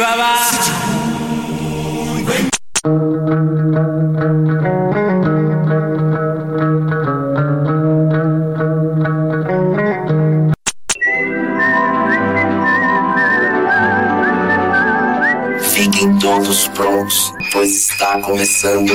Chihuahua. Fiquem todos prontos, pois está começando.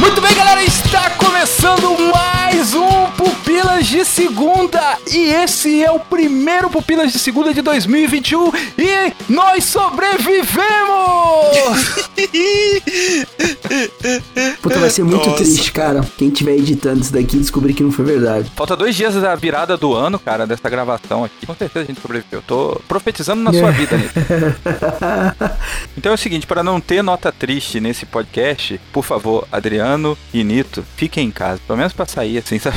Muito bem, galera, está começando mais um Pupilas de Segunda. E esse é o primeiro Pupilas de Segunda de 2021 e nós sobrevivemos! Puta, vai ser muito Nossa. triste, cara. Quem tiver editando isso daqui descobrir que não foi verdade. Falta dois dias da virada do ano, cara, dessa gravação aqui. Com certeza a gente sobreviveu. Tô profetizando na sua vida, Nick. Então é o seguinte, para não ter nota triste nesse podcast, por favor, Adriano e Nito, fiquem em casa. Pelo menos pra sair, assim, sabe?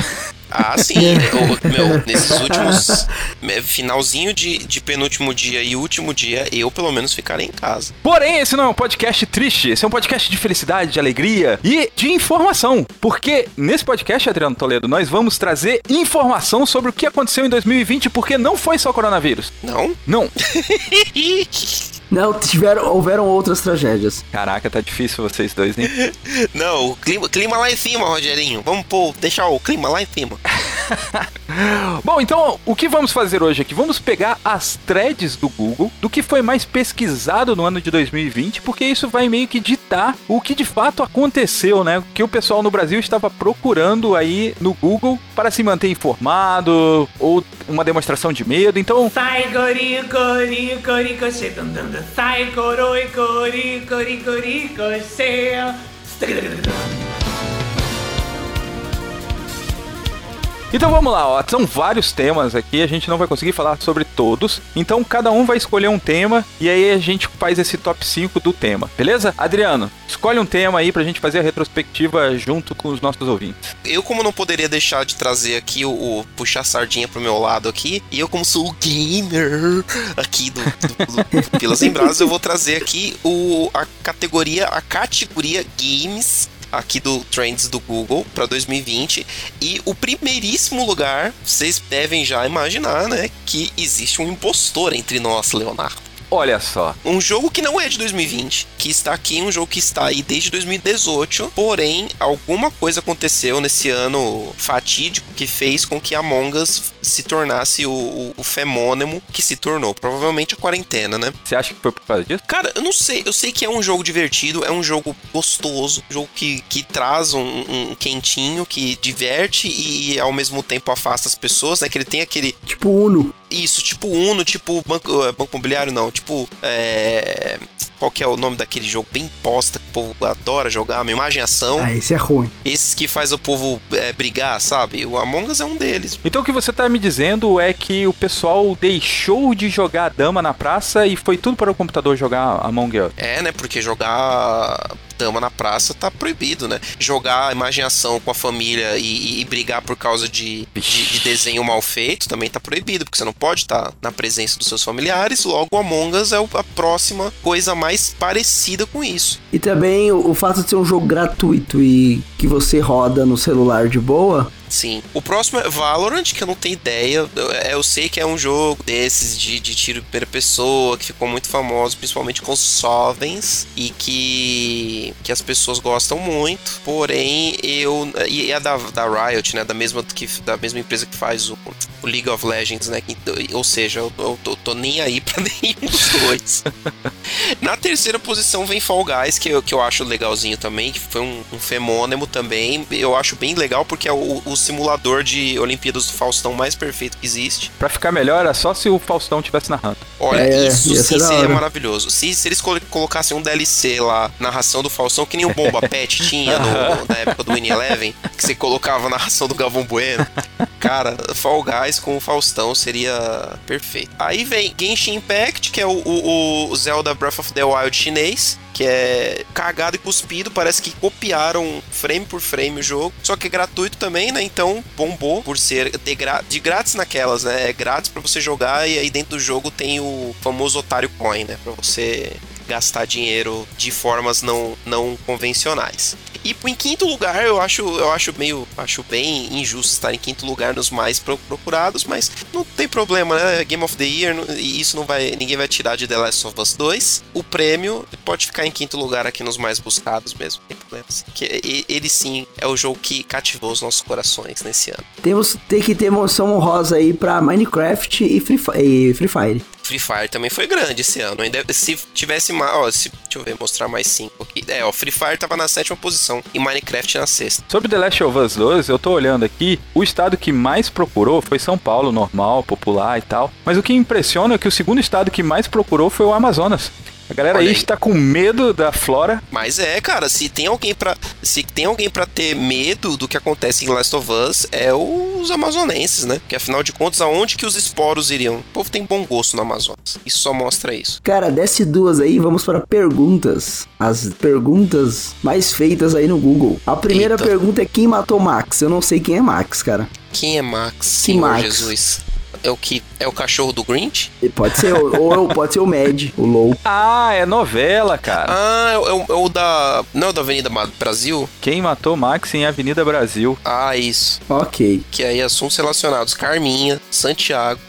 Ah, sim. né? O- meu, nesses últimos. me- Finalzinho de, de penúltimo dia e último dia, eu pelo menos ficarei em casa. Porém, esse não é um podcast triste, esse é um podcast de felicidade, de alegria e de informação. Porque nesse podcast, Adriano Toledo, nós vamos trazer informação sobre o que aconteceu em 2020, porque não foi só coronavírus. Não? Não. Não, tiveram, houveram outras tragédias. Caraca, tá difícil vocês dois, hein? Não, o clima, clima lá em cima, Rogerinho. Vamos pôr, deixar o clima lá em cima. Bom, então, o que vamos fazer hoje aqui? Vamos pegar as threads do Google, do que foi mais pesquisado no ano de 2020, porque isso vai meio que ditar o que de fato aconteceu, né? O que o pessoal no Brasil estava procurando aí no Google para se manter informado, ou uma demonstração de medo. Então, Sai gori gori gori goshe dum dum dum. Sai goroi gori gori gori goshe. Então vamos lá, ó. São vários temas aqui, a gente não vai conseguir falar sobre todos. Então cada um vai escolher um tema e aí a gente faz esse top 5 do tema, beleza? Adriano, escolhe um tema aí pra gente fazer a retrospectiva junto com os nossos ouvintes. Eu, como não poderia deixar de trazer aqui o, o- puxar a sardinha pro meu lado aqui, e eu, como sou o gamer aqui do, do, do Pilas em Brasa, eu vou trazer aqui o, a categoria, a categoria Games aqui do Trends do Google para 2020 e o primeiríssimo lugar, vocês devem já imaginar, né, que existe um impostor entre nós, Leonardo. Olha só. Um jogo que não é de 2020, que está aqui, um jogo que está aí desde 2018, porém alguma coisa aconteceu nesse ano fatídico que fez com que Among Us se tornasse o, o, o fenômeno que se tornou, provavelmente a quarentena, né? Você acha que foi por causa disso? Cara, eu não sei, eu sei que é um jogo divertido, é um jogo gostoso, um jogo que, que traz um, um quentinho, que diverte e ao mesmo tempo afasta as pessoas, né? Que ele tem aquele Tipo Uno. isso, tipo Uno, tipo Banco, eh, banco Imobiliário, não. Tipo, é... Qual que é o nome daquele jogo bem posta que o povo adora jogar? Uma imagem e ação. Ah, esse é ruim. Esses que faz o povo eh, brigar, sabe? O Among Us é um deles. Então o que você tá me dizendo é que o pessoal deixou de jogar a dama na praça e foi tudo para o computador jogar Among Us. É, né? Porque jogar dama na praça tá proibido, né? Jogar imagem e ação com a família e, e- e brigar por causa de, de- de desenho mal feito também tá proibido, porque você não pode estar na presença dos seus familiares. Logo, o Among Us é o- a próxima coisa mais parecida com isso. E também o, o fato de ser um jogo gratuito e que você roda no celular de boa. Sim. O próximo é Valorant, que eu não tenho ideia. Eu, eu sei que é um jogo desses de, de tiro em primeira pessoa, que ficou muito famoso, principalmente com os jovens, e que, que as pessoas gostam muito. Porém, eu. E é da, da Riot, né? Da mesma, que, da mesma empresa que faz o, o League of Legends, né? Então, Ou seja, eu, eu tô, tô nem aí pra nenhum dos dois. Na terceira posição vem Fall Guys, que eu, que eu acho legalzinho também, que foi um, um fenômeno também. Eu acho bem legal porque é o, o simulador de Olimpíadas do Faustão mais perfeito que existe. Pra ficar melhor era só se o Faustão tivesse narrando. Olha, É, isso ia sim ser da seria hora. maravilhoso. Se, se eles colo- colocassem um DLC lá, narração do Faustão, que nem o Bomba Pet tinha no- na época do Win Eleven, que você colocava a narração do Galvão Bueno. Cara, Fall Guys com o Faustão seria perfeito. Aí vem Genshin Impact, que é o, o- o Zelda Breath of the Wild chinês, que é cagado e cuspido, parece que copiaram frame por frame o jogo. Só que é gratuito também, né? Então bombou por ser de, gra- de grátis naquelas, né? É grátis pra você jogar e aí dentro do jogo tem o famoso Otário Coin, né? Pra você gastar dinheiro de formas não, não convencionais. E em quinto lugar, eu acho, eu acho meio, acho bem injusto estar em quinto lugar nos mais pro- procurados, mas não tem problema, né? Game of the Year, não- e isso não vai, ninguém vai tirar de The Last of Us 2. O prêmio pode ficar em quinto lugar aqui nos mais buscados mesmo, não tem problema. assim. Que e- ele sim é o jogo que cativou os nossos corações nesse ano. Temos tem que ter emoção honrosa aí pra Minecraft e Free, Fi- e Free Fire. Free Fire também foi grande esse ano. Ainda se tivesse mais, ó, se, deixa eu ver, mostrar mais cinco aqui. É, ó, Free Fire tava na sétima posição e Minecraft na sexta. Sobre The Last of Us 2, eu tô olhando aqui, o estado que mais procurou foi São Paulo, normal, popular e tal. Mas o que impressiona é que o segundo estado que mais procurou foi o Amazonas. A galera Olha aí. aí está com medo da flora. Mas é, cara, se tem alguém pra. se tem alguém para ter medo do que acontece em Last of Us é os amazonenses, né? Porque afinal de contas, aonde que os esporos iriam? O povo tem bom gosto no Amazonas. Isso só mostra isso. Cara, desce duas aí, vamos para perguntas. As perguntas mais feitas aí no Google. A primeira Eita. pergunta é quem matou Max? Eu não sei quem é Max, cara. Quem é Max? Senhor Max? Jesus. É o que é o cachorro do Grinch? E Pode ser o- ou, eu- pode ser o Mad, o Low. Ah, é novela, cara. Ah, é o, é o- é o da não é o da Avenida Ma- Brasil? Quem matou Max em Avenida Brasil? Ah, isso. Ok. Que aí assuntos relacionados Carminha, Santiago.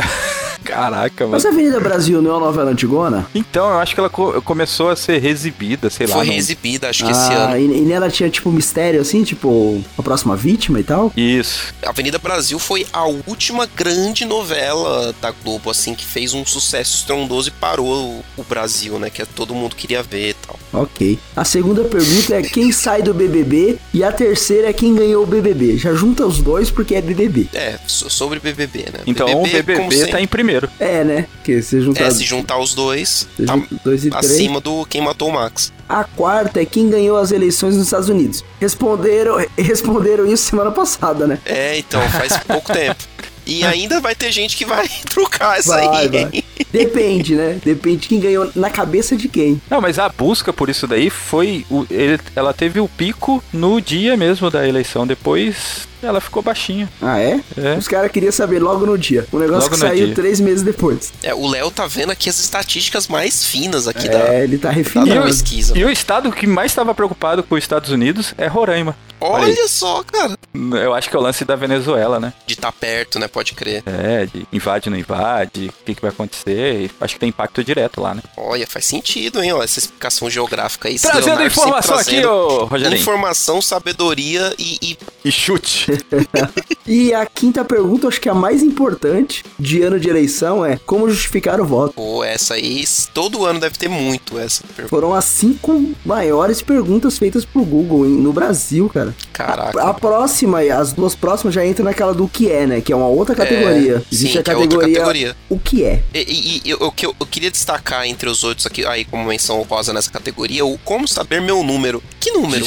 Caraca, mano. Mas a Avenida Brasil não é uma novela antigona? Então, eu acho que ela co- começou a ser exibida, sei lá. foi não- reexibida, acho que esse Ah, ano. E, e nela tinha tipo mistério assim, tipo a próxima vítima e tal? Isso. Avenida Brasil foi a última grande novela da Globo, assim, que fez um sucesso estrondoso e parou o- o Brasil, né? Que todo mundo queria ver e tal. Ok. A segunda pergunta é quem sai do BBB e a terceira é quem ganhou o BBB. Já junta os dois porque é BBB. É, so- sobre BBB, né? Então, o como BBB tá sempre, em primeiro. É, né? Porque se juntar, É, se juntar os dois, se tá juntar dois e três. acima do Quem Matou o Max. A quarta é quem ganhou as eleições nos Estados Unidos. Responderam, responderam isso semana passada, né? É, então, faz pouco tempo. E ainda vai ter gente que vai trocar essa Vai, aí. vai. Depende, né? Depende de quem ganhou na cabeça de quem. Não, mas a busca por isso daí foi. o- ele- ela teve o pico no dia mesmo da eleição. Depois ela ficou baixinha. Ah, é? É. Os caras queriam saber logo no dia. O negócio Logo que no saiu dia. três meses depois. É, o Léo tá vendo aqui as estatísticas mais finas aqui da, É, ele tá da refinando. eu- pesquisa. E o estado que mais estava preocupado com os Estados Unidos é Roraima. Olha só, cara. Eu acho que é o lance da Venezuela, né? De tá perto, né? Pode crer. É, de invade, não invade, o que, que vai acontecer. E Acho que tem impacto direto lá, né? Olha, faz sentido, hein? Ó, essa explicação geográfica aí. Esse Trazendo Leonardo sempre informação aqui, trazendo um ô Rogerinho. Informação, sabedoria e, e E chute. E a quinta pergunta, acho que é a mais importante de ano de eleição é como justificar o voto. pô, essa aí. Todo ano deve ter muito essa pergunta. Foram as cinco maiores perguntas feitas pro Google em- no Brasil, cara. Caraca. A próxima, as duas próximas já entram naquela do que é, né? Que é uma outra categoria. Existe sim, a que é outra categoria, categoria. o que é. E, e- e eu, eu, que eu- eu queria destacar entre os outros aqui, aí como menção rosa nessa categoria, o como saber meu número. Que número?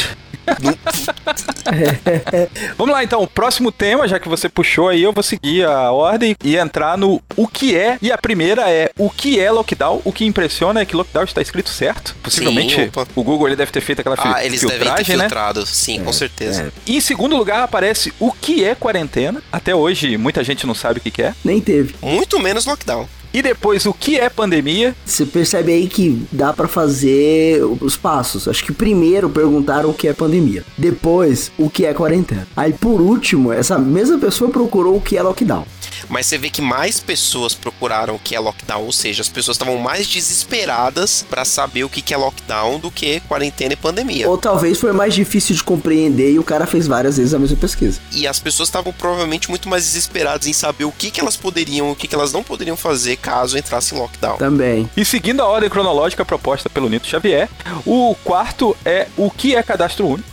Vamos lá então, o próximo tema, já que você puxou aí, eu vou seguir a ordem e entrar no o que é. E a primeira é o que é lockdown. O que impressiona é que lockdown está escrito certo. Possivelmente Sim, opa. o Google ele deve ter feito aquela fil- ah, eles devem ter filtragem, né? filtrado. Sim, É, com certeza. E em segundo lugar aparece o que é quarentena. Até hoje muita gente não sabe o que que é. Nem teve. Muito menos lockdown. E depois o que é pandemia. Você percebe aí que dá pra fazer os passos. Acho que primeiro perguntaram o que é pandemia, depois o que é quarentena. Aí por último, essa mesma pessoa procurou o que é lockdown. Mas você vê que mais pessoas procuraram o que é lockdown, ou seja, as pessoas estavam mais desesperadas pra saber o que que é lockdown do que quarentena e pandemia. Ou talvez foi mais difícil de compreender e o cara fez várias vezes a mesma pesquisa. E as pessoas estavam provavelmente muito mais desesperadas em saber o que que elas poderiam, o que que elas não poderiam fazer caso entrasse em lockdown. Também. E seguindo a ordem cronológica proposta pelo Nito Xavier, o quarto é o que é cadastro único.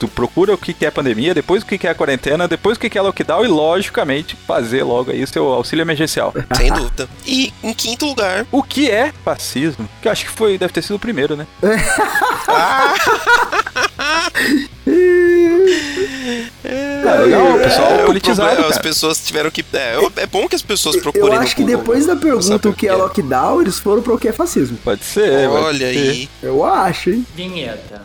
Tu procura o que que é pandemia, depois o que que é quarentena, depois o que que é lockdown e, logicamente, fazer logo aí o seu auxílio emergencial. Sem dúvida. E em quinto lugar, O que é fascismo? Que eu acho que foi, deve ter sido o primeiro, né? Ah, legal, o pessoal é, o politizado, problema, as cara. pessoas tiveram que. É, é bom que as pessoas procurem. Eu no acho que Google né? depois da pra saber pergunta o que é lockdown, eles foram pro que é fascismo. Pode ser, pode Olha ser. aí. Eu acho, hein? Vinheta.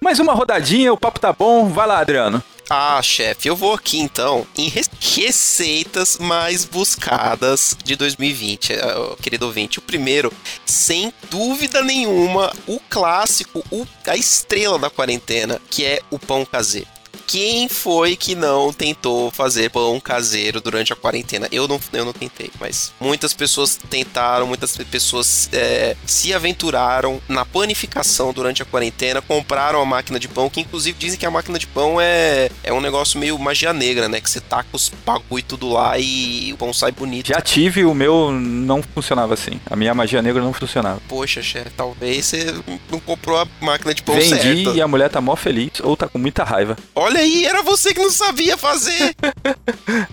Mais uma rodadinha, o papo tá bom. Vai lá, Adriano. Ah, chefe, eu vou aqui então em Recife. receitas mais buscadas de 2020, eh, querido ouvinte. O primeiro, sem dúvida nenhuma, o clássico, o- a estrela da quarentena, que é o pão caseiro. Quem foi que não tentou fazer pão caseiro durante a quarentena? Eu não, eu não tentei, mas muitas pessoas tentaram, muitas pessoas é, se aventuraram na panificação durante a quarentena, compraram a máquina de pão, que inclusive dizem que a máquina de pão é, é um negócio meio magia negra, né? Que você taca os bagulho tudo lá e o pão sai bonito. Já tive, o meu não funcionava assim. A minha magia negra não funcionava. Poxa, chefe, talvez você não comprou a máquina de pão Vendi certa. e a mulher tá mó feliz ou tá com muita raiva. Olha aí, era você que não sabia fazer.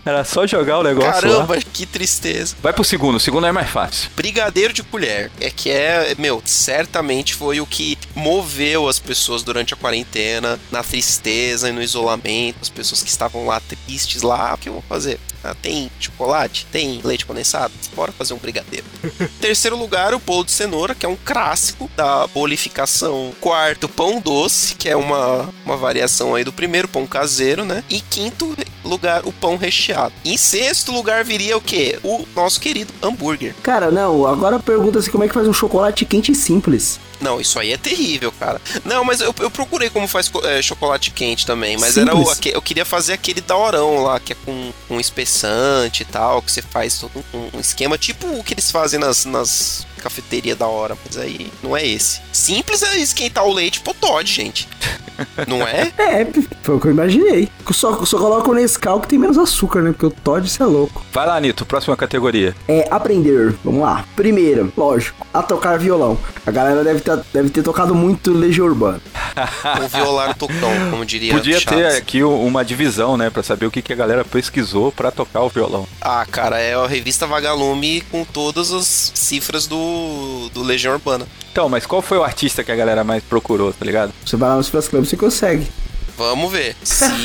Era só jogar o negócio lá. Caramba, que tristeza. Vai pro segundo, o segundo é mais fácil. Brigadeiro de colher. É que é, meu, certamente foi o que moveu as pessoas durante a quarentena, na tristeza e no isolamento. As pessoas que estavam lá tristes lá, o que eu vou fazer? Ah, tem chocolate? Tem leite condensado? Bora fazer um brigadeiro. Terceiro lugar, o bolo de cenoura, que é um clássico da bolificação. Quarto, pão doce, que é uma, uma variação aí do primeiro, pão caseiro, né? E quinto lugar, o pão recheado. Em sexto lugar viria o quê? O nosso querido hambúrguer. Cara, não, agora pergunta-se como é que faz um chocolate quente simples. Não, isso aí é terrível, cara. Não, mas eu, eu procurei como faz co- eh, chocolate quente também, mas Simples. era o, aque- eu queria fazer aquele daorão lá, que é com, com espessante e tal, que você faz todo um, um esquema, tipo o que eles fazem nas, nas cafeterias da hora, mas aí não é esse. Simples é esquentar o leite pro Todd, gente. Não é? É, foi o que eu imaginei. Só, só coloca o Nescau que tem menos açúcar, né? Porque o Todd, isso é louco. Vai lá, Nito, próxima categoria. É aprender, vamos lá. Primeiro, lógico, a tocar violão. A galera deve, tá- deve ter tocado muito Legião Urbana. Ou violar o tocão, como diria Podia ter é. Chaves. aqui u- uma divisão, né, Pra saber o que, que a galera pesquisou pra tocar o violão. Ah, cara, é a revista Vagalume com todas as cifras do, do Legião Urbana. Então, mas qual foi o artista que a galera mais procurou, tá ligado? Você vai lá no Cifras Club, você consegue. Vamos ver.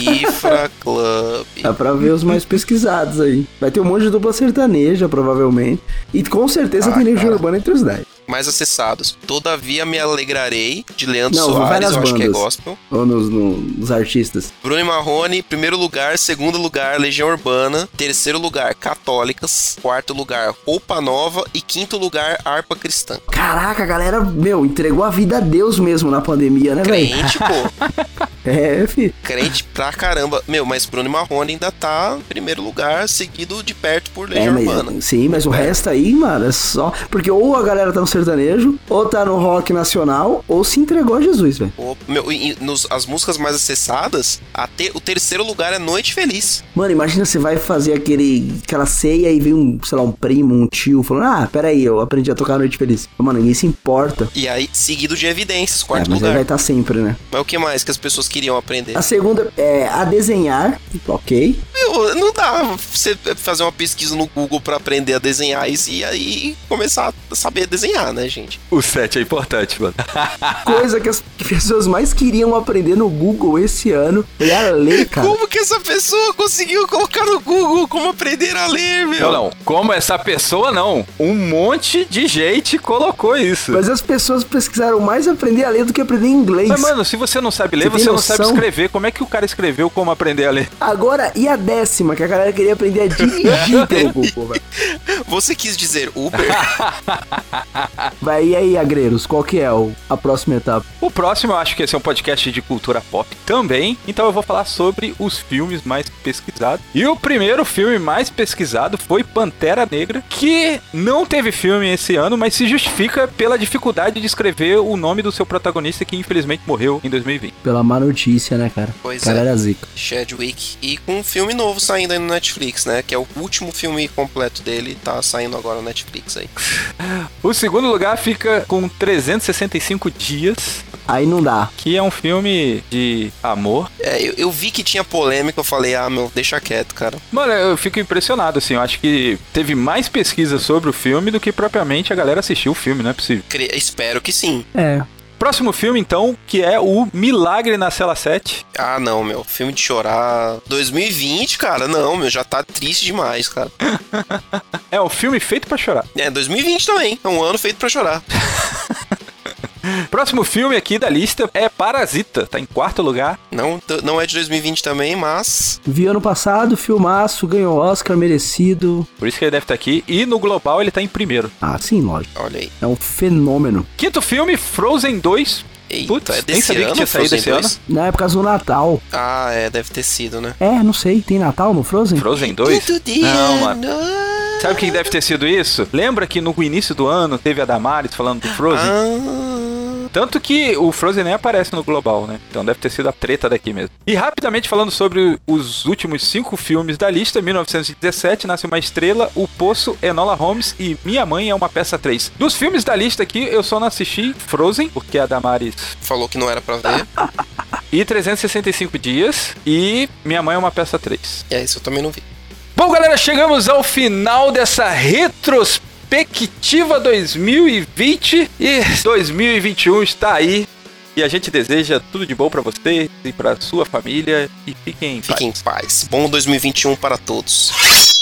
Cifra Club. Dá pra ver os mais pesquisados aí. Vai ter um monte de dupla sertaneja, provavelmente. E com certeza Ah, tem Legião cara. Urbana entre os 10. Mais acessados. Todavia me alegrarei de Leandro Não, vai Soares, nas eu acho que é bandas. gospel. Ou nos, no- nos artistas. Bruno e Marrone, primeiro lugar. Segundo lugar, Legião Urbana. Terceiro lugar, Católicas. Quarto lugar, Roupa Nova. E quinto lugar, Harpa Cristã. Caraca, a galera, meu, entregou a vida a Deus mesmo na pandemia, né, velho? Crente, pô. É, fi. Crente pra caramba. Meu, mas Bruno e Marrone ainda tá em primeiro lugar, seguido de perto por É, Legião mas- Urbana. sim, mas o resto aí, mano, é só. Porque ou a galera tá no sertanejo, ou tá no rock nacional, ou se entregou a Jesus, velho. Pô, meu, e- e nos- as músicas mais acessadas, a te- o terceiro lugar é Noite Feliz. Mano, imagina você vai fazer aquele, aquela ceia e vem um, sei lá, um primo, um tio, falando: Ah, peraí, eu aprendi a tocar Noite Feliz. Mano, ninguém se importa. E aí, seguido de Evidências, É, quarto mas aí lugar. vai estar sempre, né? Mas o que mais que as pessoas queriam aprender? A segunda é a desenhar, ok. Meu, não dá você fazer uma pesquisa no Google pra aprender a desenhar isso e aí começar a saber desenhar, né, gente? O set é importante, mano. Coisa que as pessoas mais queriam aprender no Google esse ano é a ler, cara. Como que essa pessoa conseguiu colocar no Google como aprender a ler, meu? Não, não. Como essa pessoa, não. Um monte de gente colocou isso. Mas, Mas as pessoas pesquisaram mais aprender a ler do que aprender inglês. mano, se você não sabe Você ler, tem você, não noção? sabe escrever. Como é que o cara escreveu como aprender a ler? Agora, e a décima, que a galera queria aprender a dirigir pelo Google, velho. Você quis dizer Uber? Vai, e aí, agreiros, qual que é o, a próxima etapa? O próximo eu acho que esse é um podcast de cultura pop também, então eu vou falar sobre os filmes mais pesquisados. E o primeiro filme mais pesquisado foi Pantera Negra, que não teve filme esse ano, mas se justifica pela dificuldade de escrever o nome do seu protagonista que infelizmente morreu em 2020. Pela má notícia, né, cara? Pois cara é. era zica. Chadwick. E com um filme novo saindo aí no Netflix, né? Que é o último filme completo dele, tá saindo agora no Netflix aí. O segundo lugar fica com 365 dias, Aí não dá. que é um filme de amor. É, eu, eu vi que tinha polêmica, eu falei, ah, meu, deixa quieto, cara. Mano, eu fico impressionado, assim, eu acho que teve mais pesquisa sobre o filme do que propriamente a galera assistiu o filme, não é possível. Cre- espero que sim. É. Próximo filme, então, que é o Milagre na Cela 7. Ah, não, meu, filme de chorar. 2020, cara, não, meu, já tá triste demais, cara. É um filme feito pra chorar. É, 2020 também. É um ano feito pra chorar. Próximo filme aqui da lista é Parasita, tá em quarto lugar. Não, t- não é de 2020 também, mas. Vi ano passado, filmaço, ganhou Oscar, merecido. Por isso que ele deve estar aqui. E no global ele tá em primeiro. Ah, sim, lógico. Olha aí. É um fenômeno. Quinto filme, Frozen 2. Eita, Putz, é nem desse sabia que ano tinha saído Frozen esse 2? ano. Na época do Natal. Ah, é, deve ter sido, né? É, não sei, tem Natal no Frozen? Frozen 2? Todo dia, né? Não, mano. não. Sabe o que deve ter sido isso? Lembra que no início do ano teve a Damaris falando do Frozen? Ah, Tanto que o Frozen nem aparece no global, né? Então deve ter sido a treta daqui mesmo. E rapidamente falando sobre os últimos cinco filmes da lista, 1917, Nasce Uma Estrela, O Poço, Enola Holmes e Minha Mãe é uma Peça 3. Dos filmes da lista aqui, eu só não assisti Frozen, porque é a Damaris... falou que não era pra ver. Ah. E 365 Dias e Minha Mãe é uma Peça 3. É, isso eu também não vi. Bom, galera, chegamos ao final dessa retrospectiva 2020 e 2021 está aí. E a gente deseja tudo de bom pra você e pra sua família e fiquem em paz. Fiquem em paz. Bom 2021 para todos.